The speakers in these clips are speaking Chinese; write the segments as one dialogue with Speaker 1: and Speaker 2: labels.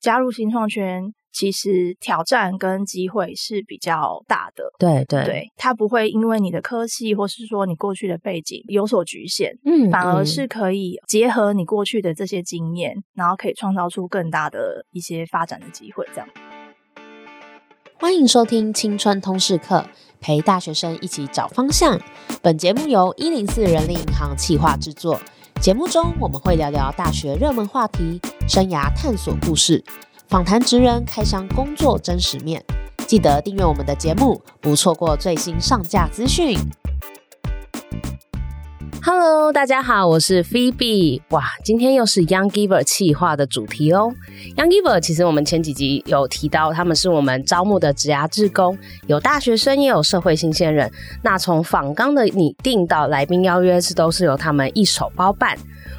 Speaker 1: 加入新创圈，其实挑战跟机会是比较大的。
Speaker 2: 对对，
Speaker 1: 对，它不会因为你的科系或是说你过去的背景有所局限，
Speaker 2: 嗯
Speaker 1: 反而
Speaker 2: 嗯
Speaker 1: 是可以结合你过去的这些经验，然后可以创造出更大的一些发展的机会。这样，
Speaker 2: 欢迎收听《青春通识课》，陪大学生一起找方向。本节目由一零四人力银行企划制作。节目中我们会聊聊大学热门话题、生涯探索故事，访谈职人开箱工作真实面。记得订阅我们的节目，不错过最新上架资讯。Hello，大家好，我是 Phoebe。哇，今天又是 Young Giver 企划的主题哦。Young Giver，其实我们前几集有提到，他们是我们招募的职涯志工，有大学生也有社会新鲜人。那从访纲的拟定到来宾邀约，是都是由他们一手包办。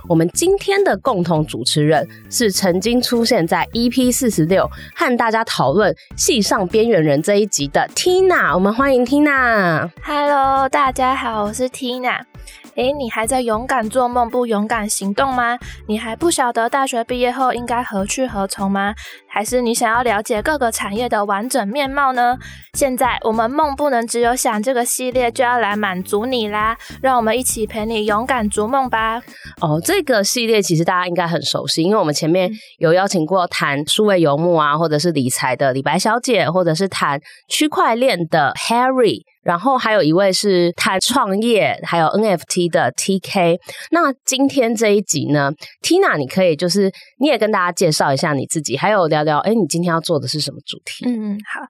Speaker 2: 我们今天的共同主持人是曾经出现在 EP 四十六和大家讨论《戏上边缘人》这一集的 Tina，我们欢迎 Tina。
Speaker 3: Hello，大家好，我是 Tina。诶，你还在勇敢做梦不勇敢行动吗？你还不晓得大学毕业后应该何去何从吗？还是你想要了解各个产业的完整面貌呢？现在我们梦不能只有想这个系列就要来满足你啦，让我们一起陪你勇敢逐梦吧。
Speaker 2: 哦，这个系列其实大家应该很熟悉，因为我们前面
Speaker 3: 嗯
Speaker 2: 有邀请过谈数位游牧啊，或者是理财的李白小姐，或者是谈区块链的 Harry。然后还有一位是谈创业，还有 NFT 的 TK。那今天这一集呢，Tina，你可以就是你也跟大家介绍一下你自己，还有聊聊，哎，你今天要做的是什么主题？
Speaker 3: 嗯，好，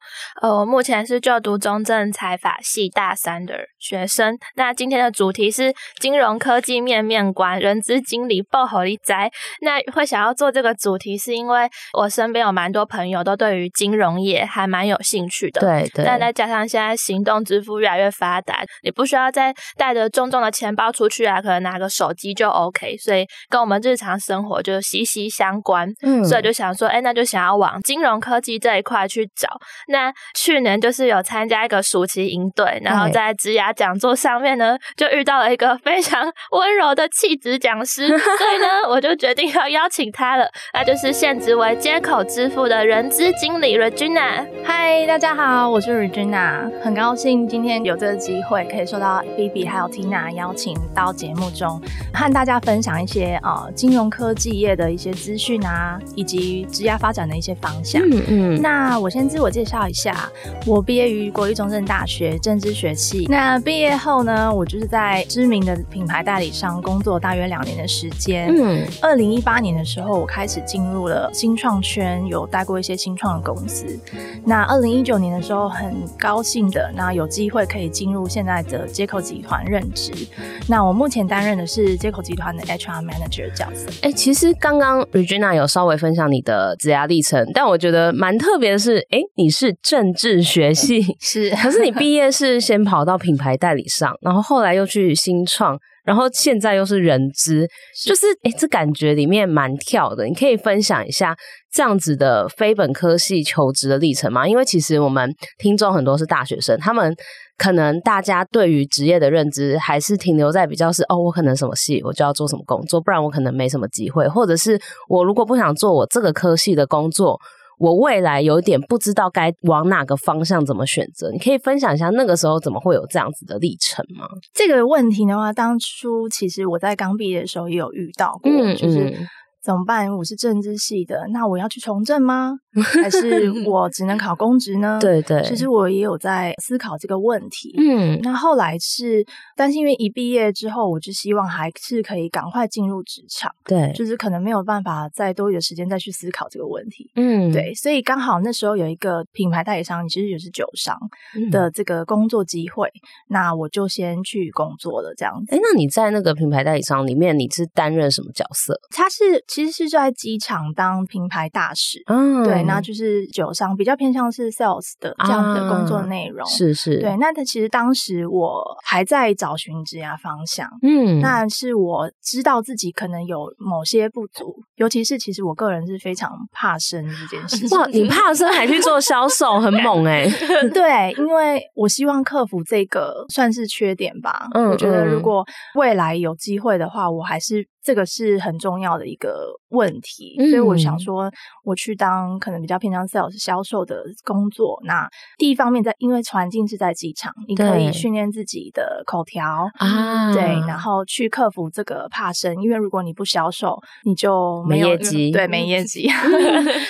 Speaker 3: 呃，我目前是就读中正财法系大三的学生。那今天的主题是金融科技面面观，人资经理爆火一灾。那会想要做这个主题，是因为我身边有蛮多朋友都对于金融业还蛮有兴趣的。。
Speaker 2: 对对，
Speaker 3: 那再加上现在行动支付越来越发达，你不需要再带着重重的钱包出去啊，可能拿个手机就 OK，所以跟我们日常生活就息息相关。
Speaker 2: 嗯
Speaker 3: 所以就想说，哎、那就想要往金融科技这一块去找。那去年就是有参加一个暑期营队，然后
Speaker 2: 对
Speaker 3: 在职涯讲座上面呢，就遇到了一个非常 温柔的气质讲师，所以呢，我就决定要邀请他了。那就是现职为接口支付的人资经理 Regina。
Speaker 1: 嗨，大家好，我是 Regina，很高兴今天有这个机会可以受到 B B 还有 Tina 邀请到节目中，和大家分享一些呃金融科技业的一些资讯啊，以及职业发展的一些方向。
Speaker 2: 嗯嗯，
Speaker 1: 那我先自我介绍一下，我毕业于国立中正大学政治学系。那毕业后呢，我就是在知名的品牌代理商工作大约两年的时间。
Speaker 2: 嗯
Speaker 1: 二零一八年的时候，我开始进入了新创圈，有待过一些新创的公司。那二零一九年的时候，很高兴的，那有机会可以进入现在的接口集团任职。那我目前担任的是接口集团的 HR manager 角色。，
Speaker 2: 哎、其实刚刚 Regina 有稍微分享你的职涯历程，但我觉得蛮特别的是，哎、你是政治学系
Speaker 1: 是
Speaker 2: 可是你毕业是先跑到品牌代理上，然后后来又去新创，然后现在又是人资，就是哎、诶这感觉里面蛮跳的。你可以分享一下这样子的非本科系求职的历程吗？因为其实我们听众很多是大学生，他们。可能大家对于职业的认知还是停留在比较是哦，我可能什么系我就要做什么工作，不然我可能没什么机会，或者是我如果不想做我这个科系的工作，我未来有点不知道该往哪个方向怎么选择，你可以分享一下那个时候怎么会有这样子的历程吗？
Speaker 1: 这个问题的话，当初其实我在刚毕业的时候也有遇到过，
Speaker 2: 嗯
Speaker 1: 就是
Speaker 2: 嗯
Speaker 1: 怎么办？我是政治系的，那我要去从政吗？还 是我只能考公职呢？，
Speaker 2: 对对，
Speaker 1: 其实我也有在思考这个问题。
Speaker 2: 嗯
Speaker 1: 那后来是，但是因为一毕业之后，我就希望还是可以赶快进入职场，
Speaker 2: 对，
Speaker 1: 就是可能没有办法再多余的时间再去思考这个问题。
Speaker 2: 嗯
Speaker 1: 对，所以刚好那时候有一个品牌代理商，其实也是酒商
Speaker 2: 嗯
Speaker 1: 的这个工作机会，那我就先去工作了，这样子。
Speaker 2: 哎，那你在那个品牌代理商里面，你是担任什么角色？
Speaker 1: 他是其实是在机场当品牌大使，
Speaker 2: 嗯
Speaker 1: 对，那就是酒商比较偏向是 sales 的这样的工作
Speaker 2: 啊
Speaker 1: 内容。
Speaker 2: 是是，
Speaker 1: 对，，那他其实当时我还在找寻职涯方向，
Speaker 2: 嗯，
Speaker 1: 但是我知道自己可能有某些不足，尤其是其实我个人是非常怕生这件事情。
Speaker 2: 哇，你怕生还去做销售，很猛 哎、
Speaker 1: 对，因为我希望克服这个算是缺点吧。
Speaker 2: 嗯
Speaker 1: 我觉得
Speaker 2: 嗯
Speaker 1: 如果未来有机会的话，我还是这个是很重要的一个问题，
Speaker 2: 嗯
Speaker 1: 所以我想说，我去当可能比较偏向 sales 销售的工作。那第一方面在，因为环境是在机场，你可
Speaker 2: 对
Speaker 1: 以训练自己的口条，
Speaker 2: 啊
Speaker 1: 对，然后去克服这个怕生，因为如果你不销售，你就没有
Speaker 2: 没业绩
Speaker 1: 对，没业 绩，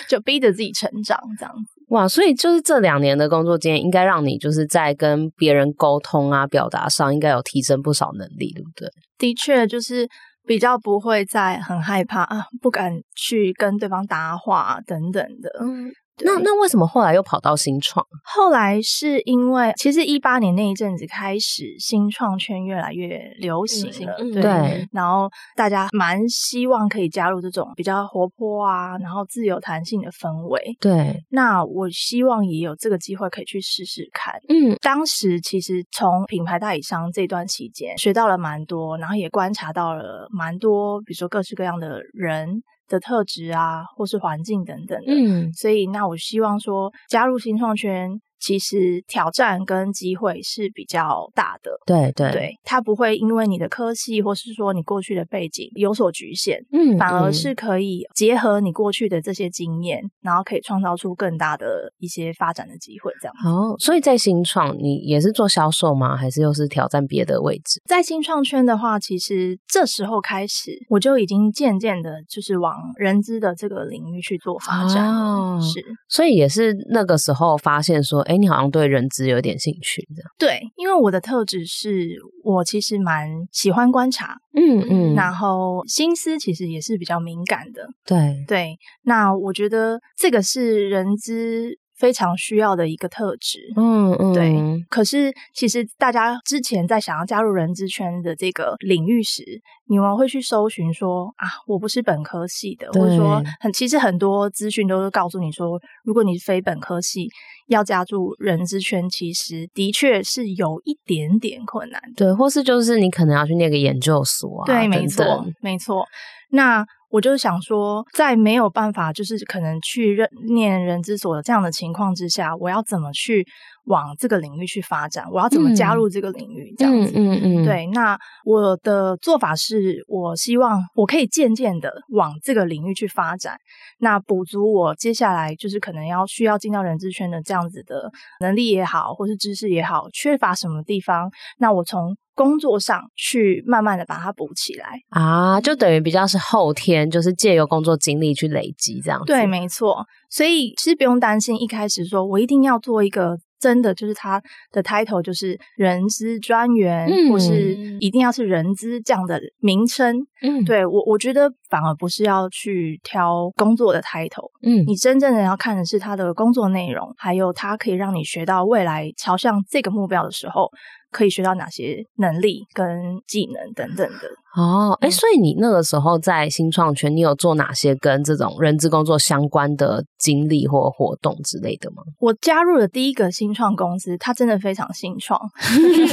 Speaker 1: 就逼着自己成长这样子。
Speaker 2: 哇，所以就是这两年的工作经验，应该让你就是在跟别人沟通啊、表达上，应该有提升不少能力，对不对？
Speaker 1: 的确，就是比较不会再很害怕啊，不敢去跟对方搭话等等的。
Speaker 3: 嗯，
Speaker 1: 对
Speaker 2: 那那为什么后来又跑到新创？
Speaker 1: 后来是因为，其实一八年那一阵子开始，新创圈越来越流行
Speaker 3: 流行
Speaker 1: 了，
Speaker 3: 嗯
Speaker 1: 对。
Speaker 2: 对
Speaker 1: 然后大家蛮希望可以加入这种比较活泼啊，然后自由弹性的氛围。
Speaker 2: 对，
Speaker 1: 那我希望也有这个机会可以去试试看。
Speaker 3: 嗯，
Speaker 1: 当时其实从品牌代理商这段期间学到了蛮多，然后也观察到了蛮多，比如说各式各样的人的特质啊，或是环境等等的。
Speaker 2: 嗯，
Speaker 1: 所以那我希望说，加入新创圈，其实挑战跟机会是比较大的。
Speaker 2: 对对，
Speaker 1: 对，它不会因为你的科系或是说你过去的背景有所局限，
Speaker 2: 嗯
Speaker 1: 反而
Speaker 2: 嗯
Speaker 1: 是可以结合你过去的这些经验，然后可以创造出更大的一些发展的机会。这样，
Speaker 2: 哦，所以在新创，你也是做销售吗？还是又是挑战别的位置？
Speaker 1: 在新创圈的话，其实这时候开始，我就已经渐渐的，就是往人资的这个领域去做发展了。
Speaker 2: 哦
Speaker 1: 是，
Speaker 2: 所以也是那个时候发现说，哎，你好像对人资有点兴趣，这样。
Speaker 1: 对，因为我的特质是我其实蛮喜欢观察，
Speaker 2: 嗯嗯，
Speaker 1: 然后心思其实也是比较敏感的。
Speaker 2: 对
Speaker 1: 对，那我觉得这个是人资非常需要的一个特质。
Speaker 2: 嗯嗯
Speaker 1: 对，可是其实大家之前在想要加入人资圈的这个领域时，你们会去搜寻说啊，我不是本科系的，或者说
Speaker 2: 对
Speaker 1: 很其实很多资讯都会告诉你说，如果你是非本科系要加入人资圈，其实的确是有一点点困难的。
Speaker 2: 对，或是就是你可能要去念个研究所啊，
Speaker 1: 对，没
Speaker 2: 等
Speaker 1: 错
Speaker 2: 等，
Speaker 1: 没错。那我就想说，在没有办法，就是可能去认念人之所这样的情况之下，我要怎么去往这个领域去发展？我要怎么加
Speaker 2: 嗯
Speaker 1: 入这个领域？这样子。
Speaker 2: 嗯嗯嗯，
Speaker 1: 对，那我的做法是我希望我可以渐渐的往这个领域去发展，那补足我接下来就是可能要需要进到人资圈的这样子的能力也好，或是知识也好，缺乏什么地方，那我从工作上去慢慢的把它补起来。
Speaker 2: 啊，就等于比较是后天，就是借由工作经历去累积这样子。
Speaker 1: 对，没错。所以其实不用担心，一开始说我一定要做一个真的，就是他的 title 就是人资专员，
Speaker 2: 嗯
Speaker 1: 或是一定要是人资这样的名称。
Speaker 2: 嗯，
Speaker 1: 对我，我觉得反而不是要去挑工作的 title，
Speaker 2: 嗯
Speaker 1: 你真正的要看的是他的工作内容，还有他可以让你学到未来朝向这个目标的时候。可以学到哪些能力跟技能等等的？
Speaker 2: 哦，哎、
Speaker 1: 嗯
Speaker 2: 所以你那个时候在新创圈，你有做哪些跟这种人资工作相关的经历或活动之类的吗？
Speaker 1: 我加入了第一个新创公司，它真的非常新创，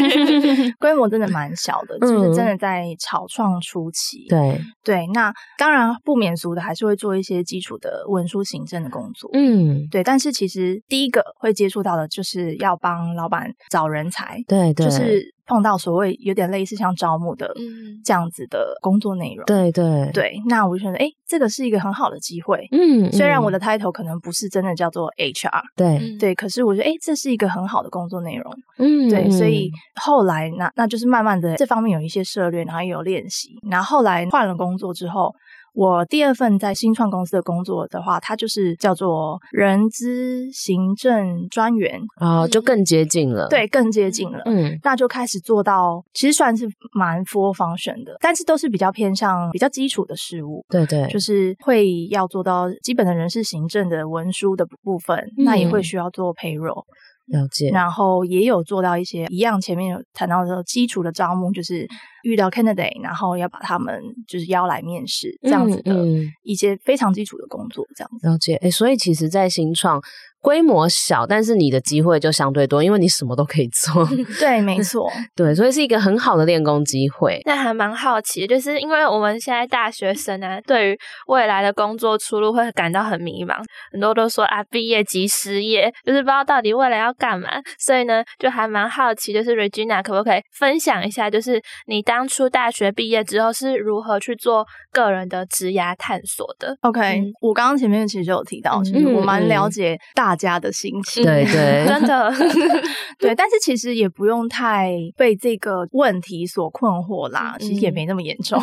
Speaker 1: 规模真的蛮小的，就是真的在草创初期。
Speaker 2: 嗯对，
Speaker 1: 对，那当然不免俗的，还是会做一些基础的文书行政的工作。
Speaker 2: 嗯，
Speaker 1: 对，但是其实第一个会接触到的就是要帮老板找人才，
Speaker 2: 对对，
Speaker 1: 就是碰到所谓有点类似像招募的
Speaker 3: 嗯
Speaker 1: 这样子的工作内容。
Speaker 2: 对对，
Speaker 1: 对，那我就觉得，哎，这个是一个很好的机会。
Speaker 2: 嗯，
Speaker 1: 虽然我
Speaker 2: 的
Speaker 1: 的 title 可能不是真的叫做 HR，
Speaker 2: 对，
Speaker 1: 对，可是我觉得，哎，这是一个很好的工作内容。
Speaker 2: 嗯，
Speaker 1: 对，
Speaker 2: 嗯
Speaker 1: 所以后来那那就是慢慢的这方面有一些涉略，然后也有练习。然后后来换了工作之后，我第二份在新创公司的工作的话，它就是叫做人资行政专员，
Speaker 2: 哦，就更接近了。，
Speaker 1: 对，更接近了。
Speaker 2: 嗯，
Speaker 1: 那就开始做到，其实算是蛮 full function 的，但是都是比较偏向比较基础的事物。
Speaker 2: 对对，
Speaker 1: 就是会要做到基本的人事行政的文书的部分，那也会
Speaker 2: 嗯
Speaker 1: 需要做 payroll，
Speaker 2: 了解。
Speaker 1: 然后也有做到一些一样，前面有谈到的基础的招募，就是遇到 candidate，然后要把他们就是邀来面试这样子的
Speaker 2: 嗯嗯
Speaker 1: 一些非常基础的工作，这样子。
Speaker 2: 了解，哎、所以其实，在新创规模小，但是你的机会就相对多，因为你什么都可以 做。
Speaker 1: 对，
Speaker 2: 嗯
Speaker 1: 没错，
Speaker 2: 对，所以是一个很好的练功机会。
Speaker 3: 那还蛮好奇，就是因为我们现在大学生啊，对于未来的工作出路会感到很迷茫，很多都说啊，毕业即失业，就是不知道到底未来要干嘛。所以呢，就还蛮好奇，就是 Regina 可不可以分享一下，就是你当初大学毕业之后是如何去做个人的职涯探索的？
Speaker 1: OK，、
Speaker 3: 嗯
Speaker 1: 我刚刚前面其实就有提到，
Speaker 2: 嗯
Speaker 1: 就是我蛮了解大家的心情，
Speaker 2: 对 对，
Speaker 3: 真的，
Speaker 2: 嗯
Speaker 1: 对，但是其实也不用太被这个问题所困惑啦，其实也
Speaker 2: 嗯
Speaker 1: 没那么严 重，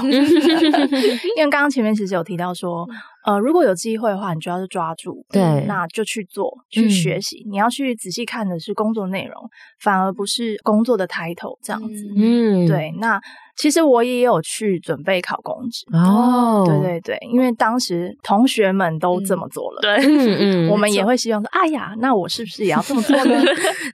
Speaker 1: 因为刚刚前面其实有提到说，呃，如果有机会的话，你就要去抓住，
Speaker 2: 嗯对
Speaker 1: 那就去做，去
Speaker 2: 嗯
Speaker 1: 学习，你要去仔细看的是工作内容，反而不是工作的抬头这样子。
Speaker 3: 嗯
Speaker 2: 嗯，
Speaker 1: 对，那其实我也有去准备考公职，
Speaker 2: 哦，
Speaker 1: 对对对，因为当时同学们都这么做了，
Speaker 3: 对，
Speaker 2: 嗯，嗯
Speaker 1: 我们也会希望说，哎呀，那我是不是也要这么做 呢？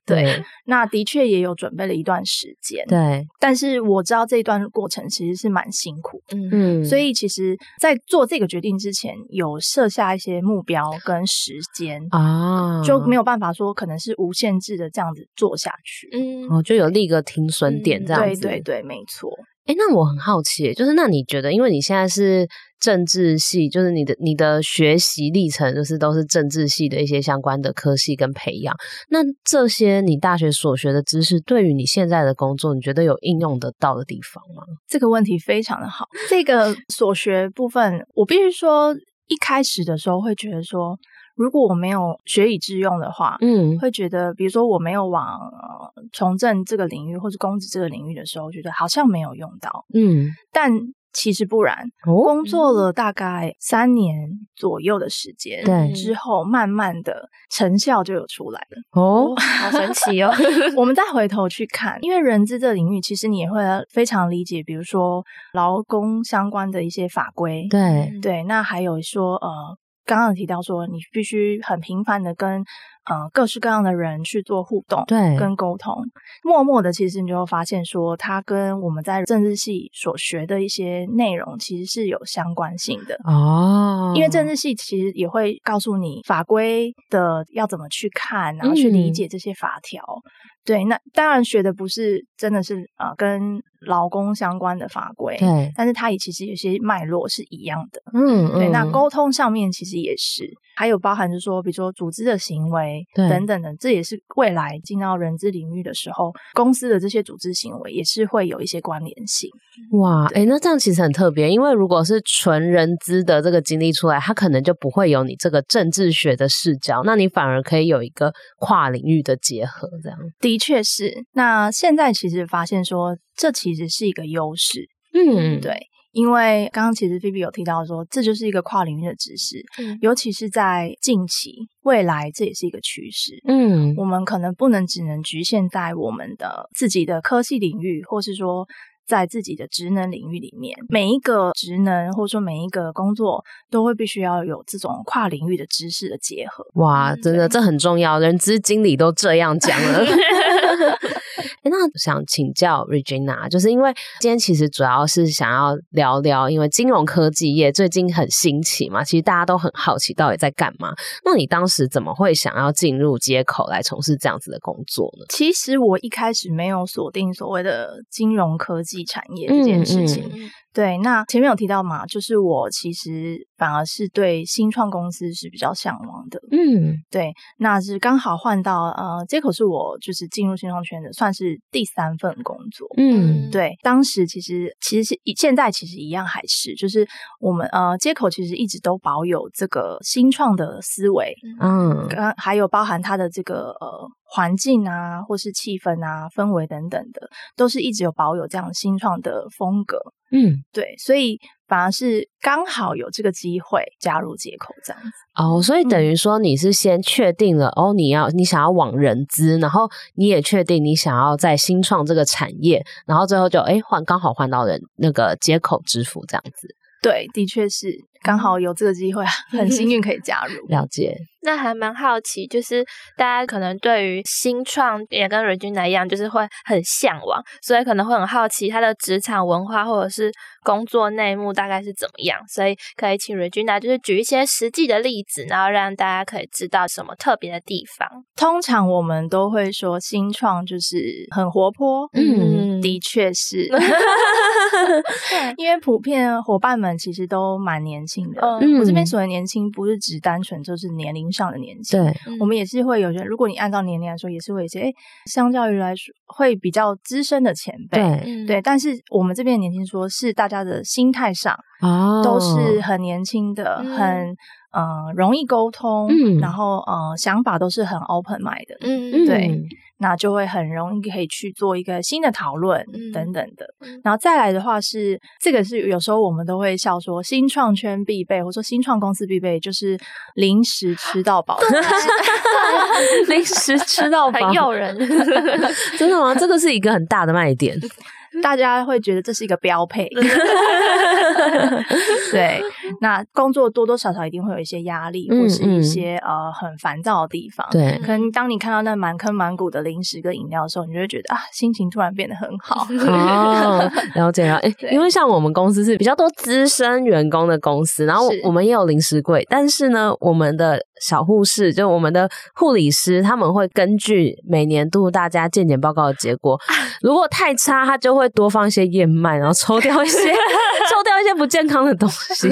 Speaker 2: 对
Speaker 1: 那的确也有准备了一段时间，
Speaker 2: 对，
Speaker 1: 但是我知道这一段过程其实是蛮辛苦，
Speaker 3: 嗯
Speaker 2: 嗯，
Speaker 1: 所以其实，在做这个决定之前，有设下一些目标跟时间，
Speaker 2: 啊，
Speaker 1: 就没有办法说可能是无限制的这样子做下去。
Speaker 3: 嗯
Speaker 2: 哦，就有立个停损点
Speaker 3: 嗯
Speaker 2: 这样
Speaker 1: 对
Speaker 2: 子。
Speaker 1: 对对，没错。
Speaker 2: 哎、那我很好奇耶，就是那你觉得，因为你现在是政治系，就是你的你的学习历程，就是都是政治系的一些相关的科系跟培养。那这些你大学所学的知识，对于你现在的工作，你觉得有应用得到的地方吗？
Speaker 1: 这个问题非常的好。这 个所学部分，我必须说，一开始的时候会觉得说，如果我没有学以致用的话，
Speaker 2: 嗯，
Speaker 1: 会觉得，比如说我没有往呃从政这个领域或是公职这个领域的时候，觉得好像没有用到，
Speaker 2: 嗯，
Speaker 1: 但。其实不然，
Speaker 2: 哦，
Speaker 1: 工作了大概三年左右的时间，
Speaker 2: 对
Speaker 1: 之后慢慢的成效就有出来 了。
Speaker 2: 哦，
Speaker 3: 好神奇哦，
Speaker 1: 我们再回头去看，因为人资这领域，其实你也会非常理解，比如说劳工相关的一些法规，
Speaker 2: 对，
Speaker 3: 嗯
Speaker 1: 对那还有说呃，刚刚有提到说你必须很频繁的跟呃各式各样的人去做互动，
Speaker 2: 对
Speaker 1: 跟沟通。默默的，其实你就会发现说，它跟我们在政治系所学的一些内容其实是有相关性的。
Speaker 2: 哦，
Speaker 1: 因为政治系其实也会告诉你法规的要怎么去看，然后去理
Speaker 2: 嗯
Speaker 1: 解这些法条。对，那当然学的不是真的是呃跟劳工相关的法规，
Speaker 2: 对，
Speaker 1: 但是它也其实有些脉络是一样的。
Speaker 2: 嗯，
Speaker 1: 对，那
Speaker 2: 嗯
Speaker 1: 沟通上面其实也是，还有包含着说，比如说组织的行为
Speaker 2: 对
Speaker 1: 等等的，这也是未来进到人资领域的时候，公司的这些组织行为也是会有一些关联性。
Speaker 2: 哇，哎、那这样其实很特别，因为如果是纯人资的这个经历出来，他可能就不会有你这个政治学的视角，那你反而可以有一个跨领域的结合，这样。
Speaker 1: 的确是。那现在其实发现说，这其实是一个优势，
Speaker 2: 嗯，
Speaker 1: 对。因为刚刚其实 B B 有提到说，这就是一个跨领域的知识，
Speaker 3: 嗯
Speaker 1: 尤其是在近期未来，这也是一个趋势。
Speaker 2: 嗯，
Speaker 1: 我们可能不能只能局限在我们的自己的科系领域，或是说在自己的职能领域里面，每一个职能或者说每一个工作都会必须要有这种跨领域的知识的结合。
Speaker 2: 哇，真的这很重要，人资经理都这样讲 了。诶那想请教 Regina，就是因为今天其实主要是想要聊聊，因为金融科技业最近很兴起嘛，其实大家都很好奇到底在干嘛。那你当时怎么会想要进入接口来从事这样子的工作呢？
Speaker 1: 其实我一开始没有锁定所谓的金融科技产业这件事情。
Speaker 2: 嗯
Speaker 1: 对，那前面有提到嘛，就是我其实反而是对新创公司是比较向往的。
Speaker 2: 嗯，
Speaker 1: 对，那是刚好换到呃，接口是我就是进入新创圈的，算是第三份工作。
Speaker 2: 嗯，
Speaker 1: 对，当时其实其实是现在其实一样还是，就是我们呃接口其实一直都保有这个新创的思维，
Speaker 2: 嗯，
Speaker 1: 刚还有包含它的这个呃环境啊，或是气氛啊、氛围等等的，都是一直有保有这样新创的风格。
Speaker 2: 嗯，
Speaker 1: 对，所以反而是刚好有这个机会加入接口这样子。
Speaker 2: 哦，所以等于说你是先确定了哦，你要你想要往人资，然后你也确定你想要在新创这个产业，然后最后就哎换刚好换到人那个接口支付这样子，
Speaker 1: 对，的确是刚好
Speaker 2: 嗯
Speaker 1: 有这个机会，啊，很幸运可以加 入。
Speaker 2: 了解，
Speaker 3: 那还蛮好奇，就是大家可能对于新创也跟 Regina 一样，就是会很向往，所以可能会很好奇他的职场文化或者是工作内幕大概是怎么样，所以可以请 Regina 就是举一些实际的例子，然后让大家可以知道什么特别的地方。
Speaker 1: 通常我们都会说新创就是很活泼，
Speaker 2: 嗯
Speaker 1: 的确是，因为普遍伙伴们其实都蛮年轻的。
Speaker 3: 嗯
Speaker 1: 我这边所谓年轻，不是指单纯就是年龄上的年轻，
Speaker 2: 对，
Speaker 3: 嗯
Speaker 1: 我们也是会有些，如果你按照年龄来说，也是会有一些，哎、相较于来说会比较资深的前辈。
Speaker 2: 对，
Speaker 3: 嗯
Speaker 1: 对但是我们这边的年轻说是大家的心态上
Speaker 2: 哦
Speaker 1: 都是很年轻的，
Speaker 3: 嗯
Speaker 1: 很呃容易沟通，
Speaker 2: 嗯
Speaker 1: 然后呃想法都是很 open mind 的，
Speaker 3: 嗯
Speaker 2: 嗯
Speaker 1: 对那就会很容易可以去做一个新的讨论、
Speaker 3: 嗯
Speaker 1: 等等的
Speaker 3: 嗯。
Speaker 1: 然后再来的话是，这个是有时候我们都会笑说新创圈必备，或者说新创公司必备就是零食吃到 饱。
Speaker 2: 零食吃到饱
Speaker 3: 很，诱人，
Speaker 2: 真的吗？这个是一个很大的卖点，
Speaker 1: 大家会觉得这是一个标 配。对，那工作多多少少一定会有一些压力，
Speaker 2: 嗯
Speaker 1: 或是
Speaker 2: 嗯
Speaker 1: 一些呃很烦躁的地方。，
Speaker 2: 对，
Speaker 1: 可能当你看到那满坑满谷的零食跟饮料的时候，你就会觉得啊，心情突然变得很 好。
Speaker 2: 哦， 了解了，哎、
Speaker 1: 对
Speaker 2: 因为像我们公司是比较多资深员工的公司，然后
Speaker 1: 是
Speaker 2: 我们也有零食柜，但是呢，我们的小护士就我们的护理师，他们会根据每年度大家健检报告的结果，如果太差，他就会多放一些燕麦，然后抽掉一些抽掉一些不健康的东西。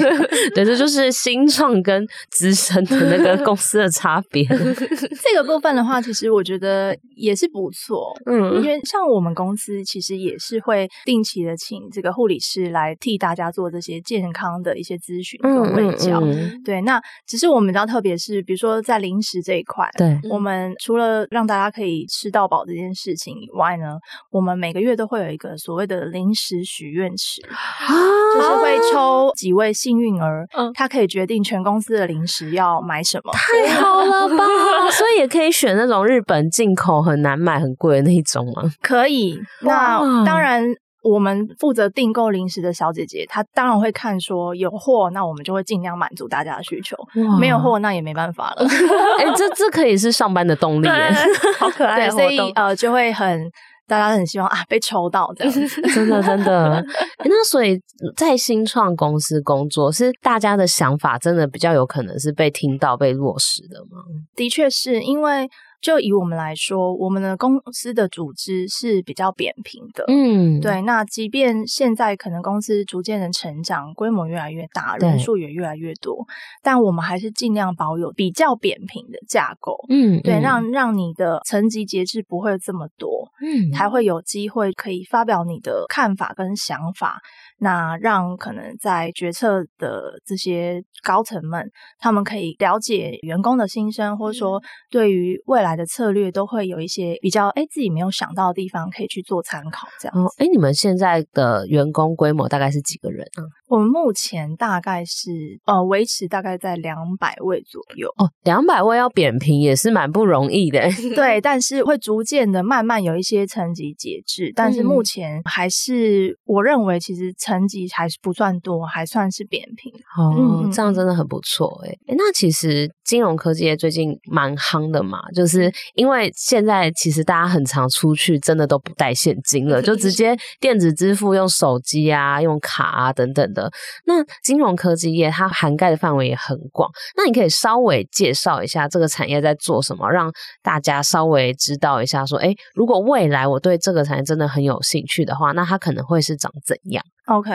Speaker 2: 对，这就是新创跟资深的那个公司的差别。
Speaker 1: 这个部分的话，其实我觉得也是不错。因
Speaker 2: 嗯，
Speaker 1: 为像我们公司其实也是会定期的请这个护理师来替大家做这些健康的一些咨询跟卫教。
Speaker 2: 嗯
Speaker 1: 对，那只是我们比较特别是，比如说在零食这一块，
Speaker 2: 对，
Speaker 1: 我们除了让大家可以吃到饱这件事情以外呢，我们每个月都会有一个所谓的零食许愿池，
Speaker 2: 啊
Speaker 1: 就是会抽几位幸运儿，
Speaker 3: 嗯
Speaker 1: 他可以决定全公司的零食要买什么。
Speaker 2: 太好了吧！所以也可以选那种日本进口很难买、很贵的那一种吗？
Speaker 1: 可以，
Speaker 2: 哇
Speaker 1: 那当然。我们负责订购零食的小姐姐，她当然会看说有货，那我们就会尽量满足大家的需求；
Speaker 2: 哇
Speaker 1: 没有，货，那也没办法了。
Speaker 2: 哎、这这可以是上班的动力耶，
Speaker 3: 好可爱
Speaker 2: 哦
Speaker 1: 对，
Speaker 3: 的
Speaker 1: 所
Speaker 3: 活
Speaker 1: 以
Speaker 3: 动。
Speaker 1: 呃，就会很大家很希望啊被抽到这样子。
Speaker 2: 真的真的、哎那所以在新创公司工作，是大家的想法真的比较有可能是被听到、被落实的吗？
Speaker 1: 的确是因为，就以我们来说，我们的公司的组织是比较扁平的。
Speaker 2: 嗯，
Speaker 1: 对，那即便现在可能公司逐渐的成长，规模越来越大，
Speaker 2: 对
Speaker 1: 人数也越来越多，但我们还是尽量保有比较扁平的架构，
Speaker 2: 嗯，
Speaker 1: 对，
Speaker 2: 嗯
Speaker 1: 让让你的层级节制不会这么多，
Speaker 2: 嗯
Speaker 1: 才会有机会可以发表你的看法跟想法，那让可能在决策的这些高层们，他们可以了解员工的心声，或者
Speaker 2: 嗯
Speaker 1: 说对于未来的策略都会有一些比较哎自己没有想到的地方，可以去做参考。这样，
Speaker 2: 哦，哎、你们现在的员工规模大概是几个人啊？，
Speaker 1: 我们目前大概是呃维持大概在两百位左右
Speaker 2: 哦，两百位要扁平也是蛮不容易的。
Speaker 1: 对，但是会逐渐的慢慢有一些层级节制，但是目前还是我认为其实层级还是不算多，还算是扁平。
Speaker 2: 哦
Speaker 1: 嗯，嗯
Speaker 2: 这样真的很不错哎、诶那其实金融科技业最近蛮夯的嘛，就是因为现在其实大家很常出去，真的都不带现金 了，就直接电子支付，用手机啊、用卡啊等等的。那金融科技业它涵盖的范围也很广，那你可以稍微介绍一下这个产业在做什么，让大家稍微知道一下说，哎、如果未来我对这个产业真的很有兴趣的话，那它可能会是长怎样？
Speaker 1: OK，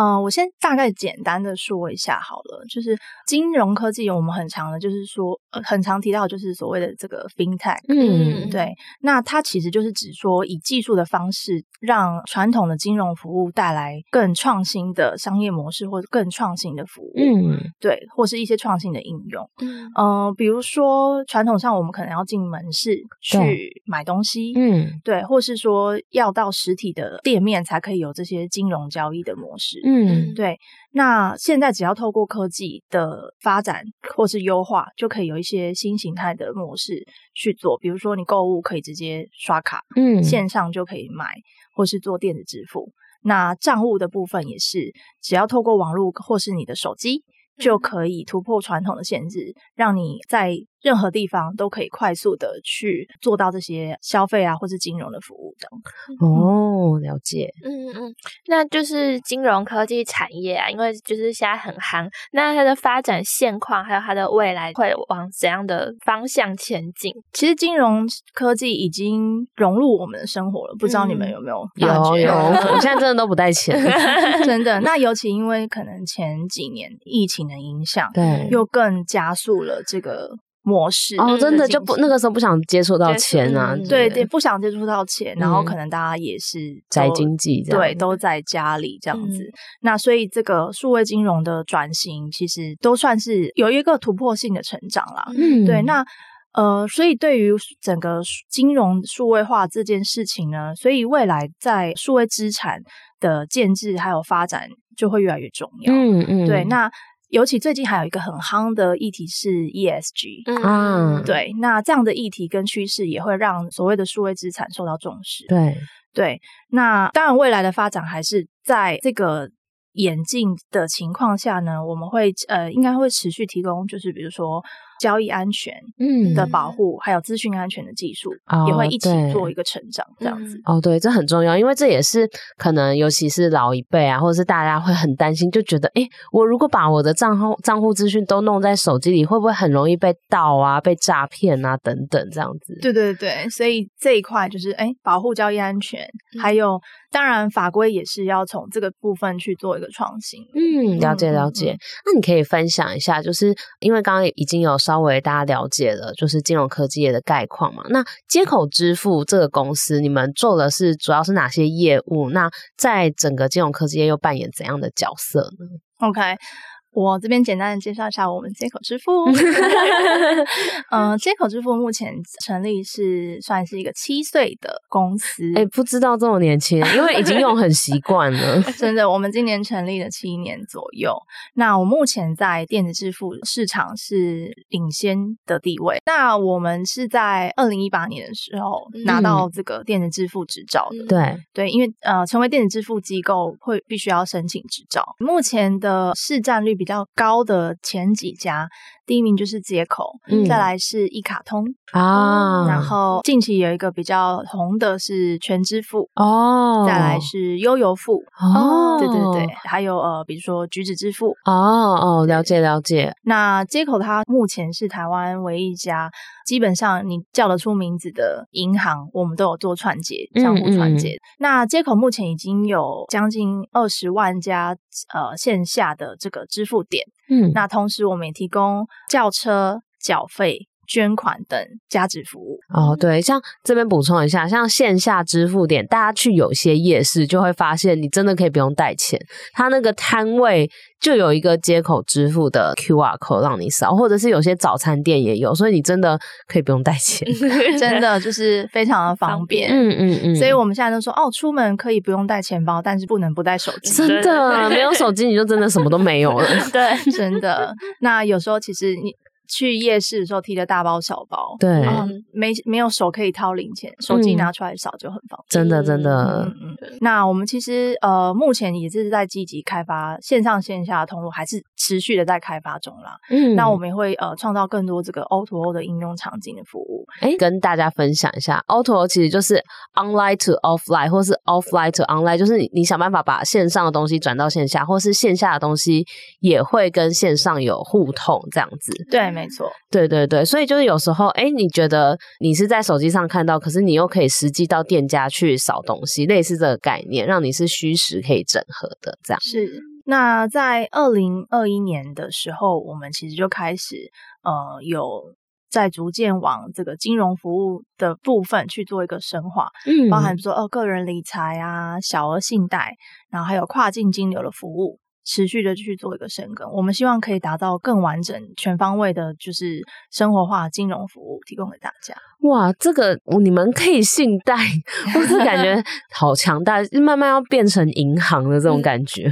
Speaker 1: 嗯、我先大概简单的说一下好了，就是金融科技，我们很常的，就是说、呃、很常提到，就是所谓的这个 FinTech。
Speaker 3: 嗯
Speaker 1: 对，那它其实就是指说以技术的方式，让传统的金融服务带来更创新的商业模式，或者更创新的服务，，
Speaker 2: 嗯
Speaker 1: 对，或是一些创新的应用。
Speaker 3: 嗯
Speaker 1: 嗯、比如说传统上我们可能要进门市去
Speaker 2: 对
Speaker 1: 买东西，
Speaker 2: 嗯
Speaker 1: 对，或是说要到实体的店面才可以有这些金融交易的模式，
Speaker 2: 嗯
Speaker 1: 对，那现在只要透过科技的发展或是优化，就可以有一些新形态的模式去做。比如说，你购物可以直接刷卡，
Speaker 2: 嗯
Speaker 1: 线上就可以买，或是做电子支付。那账务的部分也是，只要透过网络或是你的手机，
Speaker 2: 嗯
Speaker 1: 就可以突破传统的限制，让你在任何地方都可以快速的去做到这些消费啊，或是金融的服务等。
Speaker 2: 哦，了解。
Speaker 3: 嗯嗯，那就是金融科技产业啊，因为就是现在很夯，那它的发展现况还有它的未来会往怎样的方向前 进？
Speaker 1: 其实金融科技已经融入我们的生活了，不知道你们
Speaker 3: 嗯
Speaker 1: 有没有
Speaker 2: 有
Speaker 1: 发觉？
Speaker 2: 有，我现在真的都不带钱。
Speaker 1: 真的。那尤其因为可能前几年疫情的影响，
Speaker 2: 对，
Speaker 1: 又更加速了这个模式。
Speaker 2: 哦，真的就
Speaker 1: 进
Speaker 2: 不
Speaker 1: 行
Speaker 2: 那个时候不想接触到
Speaker 3: 接触
Speaker 2: 钱啊
Speaker 3: 嗯，
Speaker 1: 对
Speaker 2: 不
Speaker 1: 对，不想接触到钱，然后
Speaker 2: 嗯
Speaker 1: 可能大家也是都
Speaker 2: 宅经济这样
Speaker 1: 对，都在家里这样子。
Speaker 3: 嗯
Speaker 1: 那所以这个数位金融的转型，其实都算是有一个突破性的成长啦。
Speaker 2: 嗯，
Speaker 1: 对，那呃，所以对于整个数金融数位化这件事情呢，所以未来在数位资产的建制还有发展就会越来越重要。
Speaker 2: 嗯嗯，
Speaker 1: 对，那尤其最近还有一个很夯的议题是 E ESG。
Speaker 3: 嗯
Speaker 2: 啊
Speaker 1: 对，那这样的议题跟趋势也会让所谓的数位资产受到重视。
Speaker 2: 对，
Speaker 1: 对，那当然未来的发展还是在这个演进的情况下呢，我们会呃应该会持续提供，就是比如说交易安全
Speaker 2: 嗯
Speaker 1: 的保护，还有资讯安全的技术、
Speaker 2: 哦
Speaker 1: 也会一起
Speaker 2: 对
Speaker 1: 做一个成长，这样子。
Speaker 2: 哦，对，这很重要，因为这也是可能，尤其是老一辈啊，或者是大家会很担心，就觉得，诶，我如果把我的账户账户资讯都弄在手机里，会不会很容易被盗啊、被诈骗啊等等这样子？
Speaker 1: 对对对，所以这一块就是哎，保护交易安全，
Speaker 2: 嗯
Speaker 1: 还有当然法规也是要从这个部分去做一个创新。
Speaker 2: 嗯，了解
Speaker 1: 嗯
Speaker 2: 了
Speaker 1: 嗯
Speaker 2: 解。那你可以分享一下，就是因为刚刚已经有稍微大家了解了，就是金融科技业的概况嘛。那接口支付这个公司，你们做的是主要是哪些业务？那在整个金融科技业又扮演怎样的角色呢？
Speaker 1: OK，我这边简单的介绍一下我们接口支 付。嗯、接口支付目前成立是算是一个七岁的公司。
Speaker 2: 哎、不知道这么年轻，因为已经用很习惯了。
Speaker 1: 真的，我们今年成立了七年左右。那我目前在电子支付市场是领先的地位。那我们是在二零一八年的时候
Speaker 3: 嗯
Speaker 1: 拿到这个电子支付执照的。
Speaker 2: 嗯对，
Speaker 1: 对，因为呃，成为电子支付机构会必须要申请执照。目前的市占率比较高的前几家，第一名就是接口，
Speaker 2: 嗯
Speaker 1: 再来是一卡通，
Speaker 2: 啊，
Speaker 1: 然后近期有一个比较红的是全支付，
Speaker 2: 哦，
Speaker 1: 再来是悠游付，
Speaker 2: 哦，
Speaker 1: 对对对，，还有呃，比如说橘子支付。
Speaker 2: 哦哦，了解了解，
Speaker 1: 那接口它目前是台湾唯一一家，基本上你叫得出名字的银行，我们都有做串接，
Speaker 2: 嗯
Speaker 1: 相互串
Speaker 2: 嗯
Speaker 1: 接。那接口目前已经有将近二十万家呃线下的这个支付点，
Speaker 2: 嗯，
Speaker 1: 那同时我们也提供轿车缴费。捐款等价值服务，
Speaker 2: 哦，对，像这边补充一下，像线下支付点，大家去有些夜市就会发现，你真的可以不用带钱，它那个摊位就有一个接口支付的 QR code 让你扫，或者是有些早餐店也有，所以你真的可以不用带钱。
Speaker 1: 真的就是非常的方
Speaker 3: 方便
Speaker 1: 便。
Speaker 2: 嗯嗯嗯，
Speaker 1: 所以我们现在都说哦，出门可以不用带钱包，但是不能不带手 机。
Speaker 2: 真 的没有手机，你就真的什么都没有了。
Speaker 3: 对，
Speaker 1: 真的。那有时候其实你去夜市的时候提着大包小包，
Speaker 2: 对
Speaker 1: 哦
Speaker 3: 嗯
Speaker 1: 没没有手可以掏零钱，手机
Speaker 2: 嗯
Speaker 1: 拿出来扫就很方便。
Speaker 2: 真的真的
Speaker 1: 嗯，嗯嗯，那我们其实呃，目前也是在积极开发线上线下的通路，还是持续的在开发中啦。
Speaker 2: 嗯
Speaker 1: 那我们也会呃创造更多这个 O to O 的应用场景的服务。
Speaker 2: 哎，跟大家分享一下，auto 其实就是 online to offline，或是 offline to online，就是你你想办法把线上的东西转到线下，或是线下的东西也会跟线上有互通这样子。
Speaker 1: 对，没错，
Speaker 2: 对对对，所以就是有时候，哎，你觉得你是在手机上看到，可是你又可以实际到店家去扫东西，类似这个概念，让你是虚实可以整合的这样。
Speaker 1: 是。那在二零二一年的时候，我们其实就开始呃有在逐渐往这个金融服务的部分去做一个深化，
Speaker 2: 嗯
Speaker 1: 包含说哦个人理财啊、小额信贷，然后还有跨境金流的服务，持续的去做一个深耕。我们希望可以达到更完整、全方位的，就是生活化金融服务提供给大家。
Speaker 2: 哇，这个你们可以信贷， 我是感觉好强大，慢慢要变成银行的这种感觉。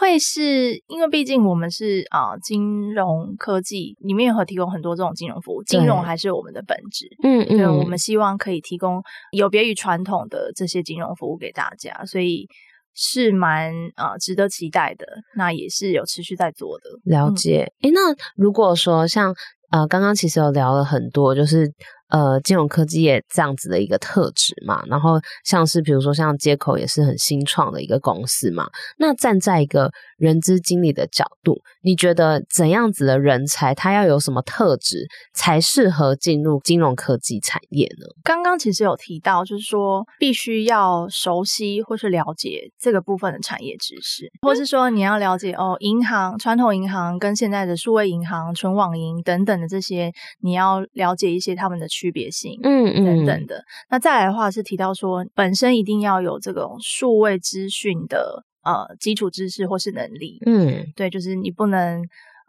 Speaker 1: 会是因为毕竟我们是啊、金融科技里面有提供很多这种金融服务，金融还是我们的本质。
Speaker 2: 嗯
Speaker 1: 对，我们希望可以提供有别于传统的这些金融服务给大家，所以是蛮啊、呃值得期待的，那也是有持续在做的。
Speaker 2: 了
Speaker 1: 嗯
Speaker 2: 解。诶，那如果说像呃，刚刚其实有聊了很多，就是呃，金融科技业这样子的一个特质嘛，然后像是比如说像接口也是很新创的一个公司嘛，那站在一个人资经理的角度，你觉得怎样子的人才，他要有什么特质才适合进入金融科技产业呢？
Speaker 1: 刚刚其实有提到，就是说必须要熟悉或是了解这个部分的产业知识，
Speaker 2: 嗯
Speaker 1: 或是说你要了解哦，银行、传统银行跟现在的数位银行、纯网银等等的这些，你要了解一些它们的区别性。
Speaker 2: 嗯嗯
Speaker 1: 等等的，那再来的话是提到说，本身一定要有这种数位资讯的呃基础知识或是能力，
Speaker 2: 嗯
Speaker 1: 对，就是你不能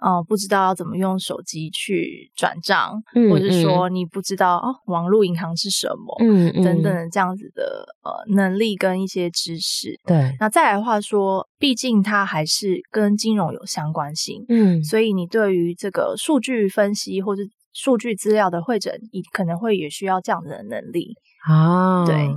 Speaker 1: 呃不知道要怎么用手机去转账，
Speaker 2: 嗯，
Speaker 1: 或者是
Speaker 2: 嗯
Speaker 1: 说你不知道、哦、网络银行是什么，
Speaker 2: 嗯嗯
Speaker 1: 等等的这样子的呃能力跟一些知识。
Speaker 2: 对，
Speaker 1: 那再来的话说，毕竟它还是跟金融有相关性，
Speaker 2: 嗯
Speaker 1: 所以你对于这个数据分析或者数据资料的会诊，你可能会也需要这样子的能力。
Speaker 2: 啊，
Speaker 1: 对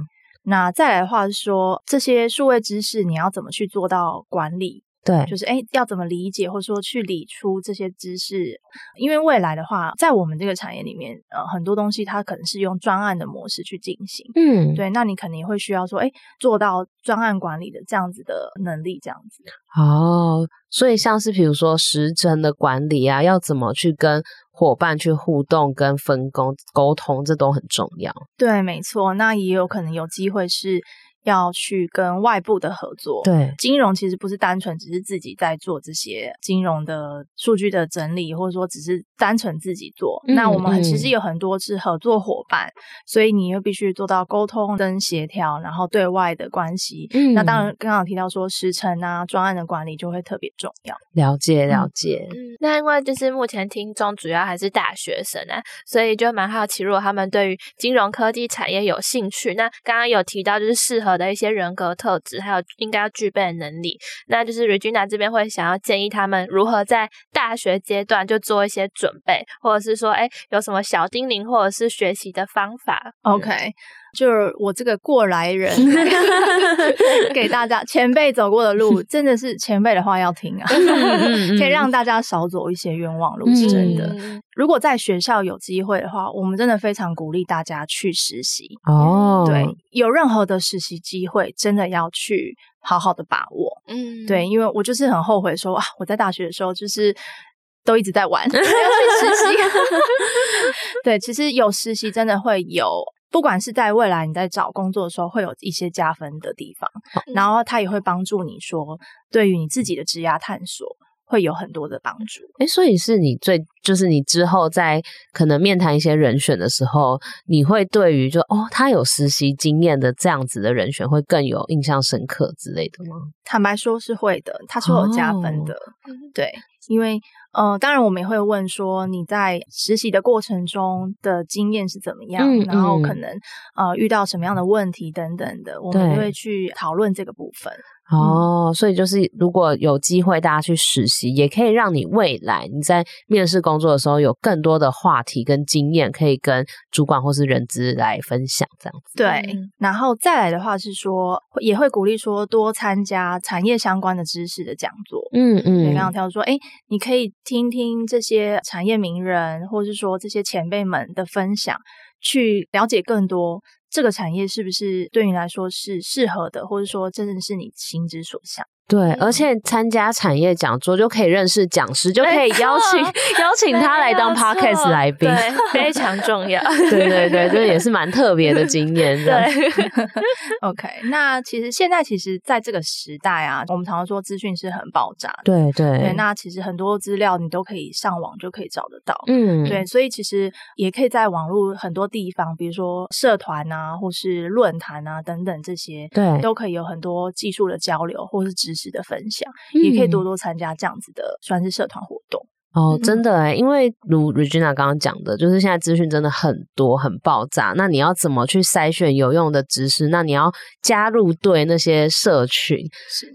Speaker 1: 那再来的话是说，这些数位知识你要怎么去做到管理？
Speaker 2: 对，
Speaker 1: 就是哎，诶要怎么理解，或者说去理出这些知识？因为未来的话，在我们这个产业里面，呃，很多东西它可能是用专案的模式去进行。
Speaker 2: 嗯
Speaker 1: 对，那你肯定会需要说，哎，做到专案管理的这样子的能力，这样子。
Speaker 2: 哦，所以像是比如说时针的管理啊，要怎么去跟伙伴去互动、跟分工、沟通，这都很重要。
Speaker 1: 对，没错。那也有可能有机会是要去跟外部的合作。，
Speaker 2: 对，
Speaker 1: 金融其实不是单纯只是自己在做这些金融的数据的整理，或者说只是单纯自己做。那我们
Speaker 2: 嗯嗯
Speaker 1: 其实有很多是合作伙伴，所以你又必须做到沟通跟协调，然后对外的关系。
Speaker 2: 嗯
Speaker 1: 那当然，刚刚有提到说时程啊、专案的管理就会特别重要。
Speaker 2: 了解了
Speaker 1: 嗯
Speaker 2: 解。
Speaker 3: 嗯，那因为就是目前听众主要还是大学生啊，所以就蛮好奇，如果他们对于金融科技产业有兴趣，那刚刚有提到就是适合的一些人格特质，还有应该要具备的能力，那就是 Regina 这边会想要建议他们如何在大学阶段就做一些准备，或者是说，哎，有什么小叮咛或者是学习的方法
Speaker 1: OK，就是我这个过来 人给大家前辈走过的路，真的是前辈的话要听啊，
Speaker 2: 嗯
Speaker 1: 可以让大家少走一些冤枉路，是真的。
Speaker 3: 嗯
Speaker 1: 如果在学校有机会的话，我们真的非常鼓励大家去实习。嗯
Speaker 2: 哦，
Speaker 1: 对，有任何的实习机会，真的要去好好的把握。
Speaker 3: 嗯，
Speaker 1: 对，因为我就是很后悔说啊，我在大学的时候就是都一直在玩，没 有去实习。 对，其实有实习真的会有，不管是在未来你在找工作的时候，会有一些加分的地方，然后它也会帮助你说，对于你自己的职涯探索会有很多的帮助。
Speaker 2: 哎，所以是你最就是你之后在可能面谈一些人选的时候，你会对于就哦他有实习经验的这样子的人选会更有印象深刻之类的吗？
Speaker 1: 坦白说是会的，它是会有加
Speaker 2: 哦
Speaker 1: 分的，对，因为呃，当然我们也会问说你在实习的过程中的经验是怎么样，
Speaker 2: 嗯
Speaker 1: 然后可
Speaker 2: 嗯
Speaker 1: 能呃遇到什么样的问题等等的，我们就
Speaker 2: 对
Speaker 1: 会去讨论这个部分。
Speaker 2: 哦，所以就是如果有机会大家去实习，也可以让你未来你在面试工作的时候有更多的话题跟经验，可以跟主管或是人资来分享这样子。
Speaker 1: 对，
Speaker 3: 嗯
Speaker 1: 然后再来的话是说，会也会鼓励说多参加产业相关的知识的讲座。
Speaker 2: 嗯
Speaker 1: 对，
Speaker 2: 嗯，
Speaker 1: 刚刚挑说，哎，你可以听听这些产业名人，或是说这些前辈们的分享，去了解更多这个产业是不是对你来说是适合的，或者说真的是你心之所向。
Speaker 2: 对，而且参加产业讲座就可以认识讲师，就可以
Speaker 3: 没错
Speaker 2: 邀 请邀请他来当
Speaker 3: 没有错
Speaker 2: podcast 来宾。
Speaker 3: 对， 非常重要。
Speaker 2: 对对对，这也是蛮特别的经验。这样，
Speaker 3: 对，
Speaker 1: OK，那其实现在其实在这个时代啊，我们常常说资讯是很爆炸的，
Speaker 2: 对对
Speaker 1: 对，那其实很多资料你都可以上网就可以找得到。
Speaker 2: 嗯，
Speaker 1: 对，所以其实也可以在网络很多地方，比如说社团啊，或是论坛啊等等这些，
Speaker 2: 对
Speaker 1: 都可以有很多技术的交流或是知识的分享，也可以多
Speaker 2: 嗯
Speaker 1: 多参加这样子的算是社团活动。
Speaker 2: 哦，
Speaker 1: 嗯
Speaker 2: 真的哎、因为如 Regina 刚刚讲的，就是现在资讯真的很多，很爆炸。那你要怎么去筛选有用的知识？那你要加入对那些社群，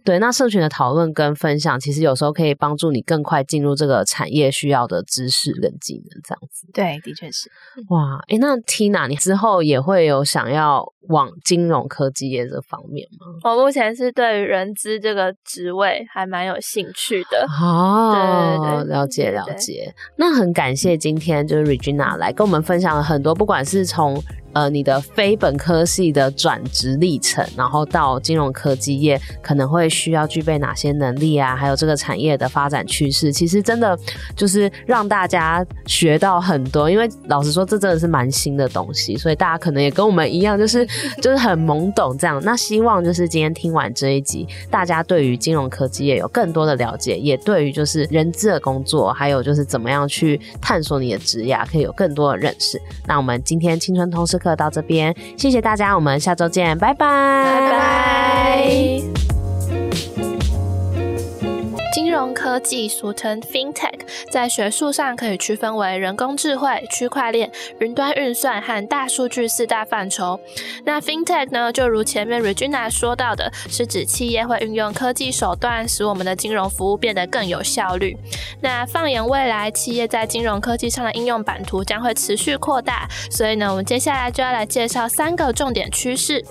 Speaker 2: 对那社群的讨论跟分享，其实有时候可以帮助你更快进入这个产业需要的知识跟技能，这样子。
Speaker 1: 对，的确是。
Speaker 2: 哇，哎，那 Tina，你之后也会有想要往金融科技业这方面吗？
Speaker 3: 我目前是对于人资这个职位还蛮有兴趣的。
Speaker 2: 哦，
Speaker 3: 对对对
Speaker 2: 了解
Speaker 3: 对
Speaker 2: 了
Speaker 3: 对
Speaker 2: 解。那很感谢今天就是 Regina 来跟我们分享了很多，不管是从呃你的非本科系的转职历程，然后到金融科技业可能会需要具备哪些能力啊，还有这个产业的发展趋势，其实真的就是让大家学到很多。因为老实说，这真的是蛮新的东西，所以大家可能也跟我们一样，就是就是很懵懂这样。那希望就是今天听完这一集，大家对于金融科技业有更多的了解，也对于就是人资的工作，还有就是怎么样去探索你的职涯，可以有更多的认识。那我们今天青春通识课到这边，谢谢大家，我们下周见，拜拜，
Speaker 3: 拜拜。金融科技俗称 FinTech，在学术上可以区分为人工智慧、区块链、云端运算和大数据四大范畴。那 FinTech 呢，就如前面 Regina 说到的，是指企业会运用科技手段，使我们的金融服务变得更有效率。那放眼未来，企业在金融科技上的应用版图将会持续扩大，所以呢，我们接下来就要来介绍三个重点趋势。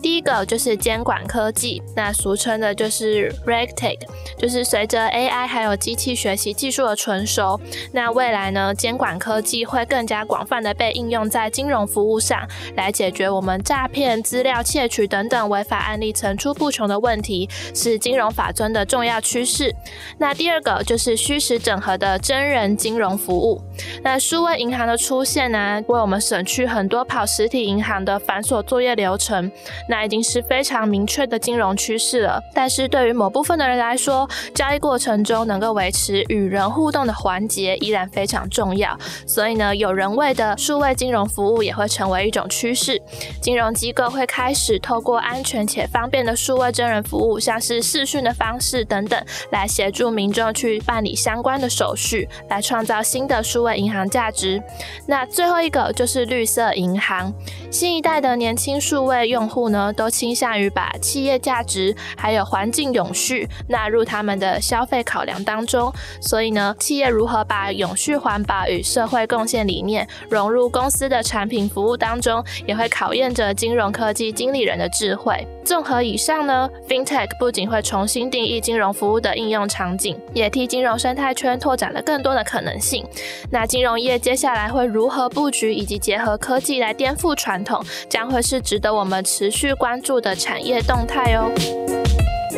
Speaker 3: 第一个就是监管科技，那俗称的就是 RegTech，就是随着 AI 还有机器学习技术的成熟，那未来呢，监管科技会更加广泛的被应用在金融服务上，来解决我们诈骗、资料窃取等等违法案例层出不穷的问题，是金融法遵的重要趋势。那第二个就是虚实整合的真人金融服务，那数位银行的出现呢、为我们省去很多跑实体银行的繁琐作业流程，那已经是非常明确的金融趋势了。但是对于某部分的人来说，交易过程中能够维持与人互动的环节依然非常重要。所以呢，有人为的数位金融服务也会成为一种趋势。金融机构会开始透过安全且方便的数位真人服务，像是视讯的方式等等，来协助民众去办理相关的手续，来创造新的数位银行价值。那最后一个就是绿色银行。新一代的年轻数位用户呢，都倾向于把企业价值还有环境永续纳入他们的消费考量当中。所以呢，企业如何把永续环保与社会贡献理念融入公司的产品服务当中，也会考验着金融科技经理人的智慧。综合以上呢，FinTech 不仅会重新定义金融服务的应用场景，也替金融生态圈拓展了更多的可能性。那金融业接下来会如何布局，以及结合科技来颠覆传统，将会是值得我们持续关注的产业动态哦。